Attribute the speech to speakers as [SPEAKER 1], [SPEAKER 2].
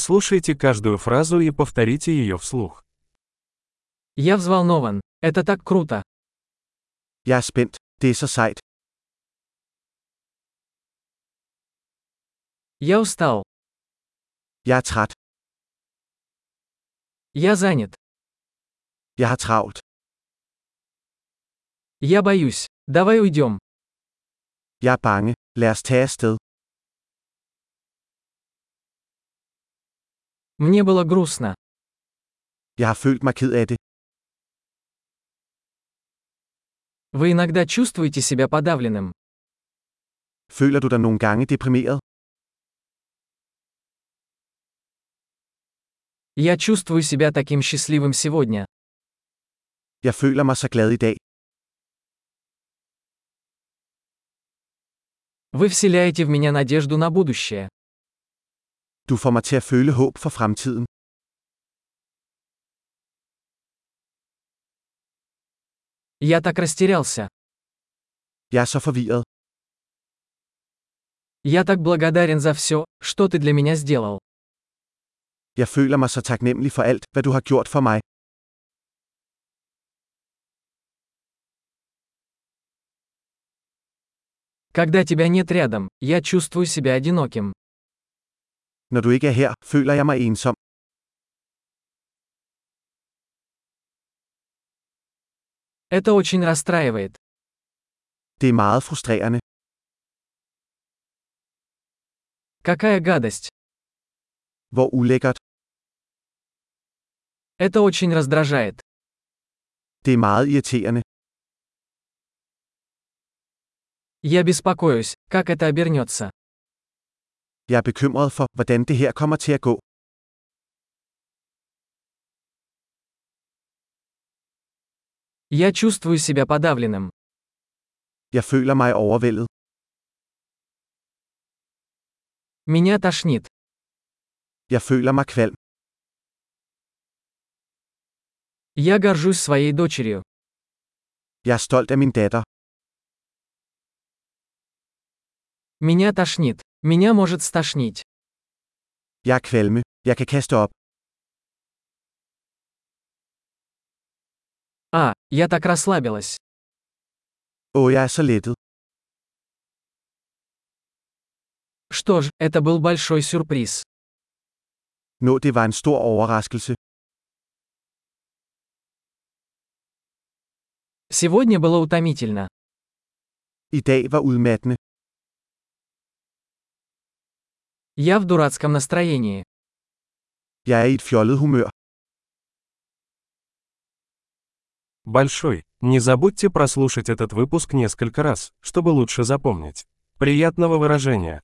[SPEAKER 1] Прослушайте каждую фразу и повторите ее вслух.
[SPEAKER 2] Я взволнован. Это так круто.
[SPEAKER 3] Jeg er spændt. Det er så sejt.
[SPEAKER 2] Я устал.
[SPEAKER 3] Jeg er træt.
[SPEAKER 2] Я занят.
[SPEAKER 3] Jeg har travlt.
[SPEAKER 2] Я боюсь. Давай уйдем.
[SPEAKER 3] Jeg er bange. Lad os tage afsted.
[SPEAKER 2] Мне было грустно.
[SPEAKER 3] Jeg har følt mig ked af det.
[SPEAKER 2] Вы иногда чувствуете себя подавленным.
[SPEAKER 3] Føler du dig nogle gange deprimeret?
[SPEAKER 2] Я чувствую себя таким счастливым сегодня.
[SPEAKER 3] Jeg føler mig så glad i dag.
[SPEAKER 2] Вы вселяете в меня надежду на будущее.
[SPEAKER 3] Du får mig til at føle håb for fremtiden.
[SPEAKER 2] Я так растерялся.
[SPEAKER 3] Jeg er så forvirret.
[SPEAKER 2] Я так благодарен за все, что ты для меня сделал.
[SPEAKER 3] Jeg føler mig så taknemmelig for alt, hvad du har gjort for mig.
[SPEAKER 2] Когда тебя нет рядом, я чувствую себя одиноким.
[SPEAKER 3] Når du ikke er her, føler jeg mig ensom.
[SPEAKER 2] Это очень расстраивает.
[SPEAKER 3] Det er meget frustrerende.
[SPEAKER 2] Какая гадость.
[SPEAKER 3] Hvor ulækkert.
[SPEAKER 2] Это очень раздражает.
[SPEAKER 3] Det er meget irriterende.
[SPEAKER 2] Я беспокоюсь, как это обернется.
[SPEAKER 3] Jeg er bekymret for, hvordan det her kommer til at gå.
[SPEAKER 2] Я чувствую себя подавленным.
[SPEAKER 3] Jeg føler mig overvældet.
[SPEAKER 2] Меня тошнит.
[SPEAKER 3] Jeg føler mig kvalm.
[SPEAKER 2] Я горжусь своей дочерью.
[SPEAKER 3] Jeg er stolt af min datter.
[SPEAKER 2] Меня тошнит. Меня может стошнить.
[SPEAKER 3] Jeg er kvalme. Jeg kan kaste op.
[SPEAKER 2] А, я так расслабилась.
[SPEAKER 3] Åh, jeg er så lettet.
[SPEAKER 2] Что ж, это был большой сюрприз.
[SPEAKER 3] Nå, det var en stor overraskelse.
[SPEAKER 2] Сегодня было утомительно.
[SPEAKER 3] I dag var udmattende.
[SPEAKER 2] Я в дурацком настроении.
[SPEAKER 3] Jeg er i et fjollet humør.
[SPEAKER 1] Большой. Не забудьте прослушать этот выпуск несколько раз, чтобы лучше запомнить. Приятного выражения!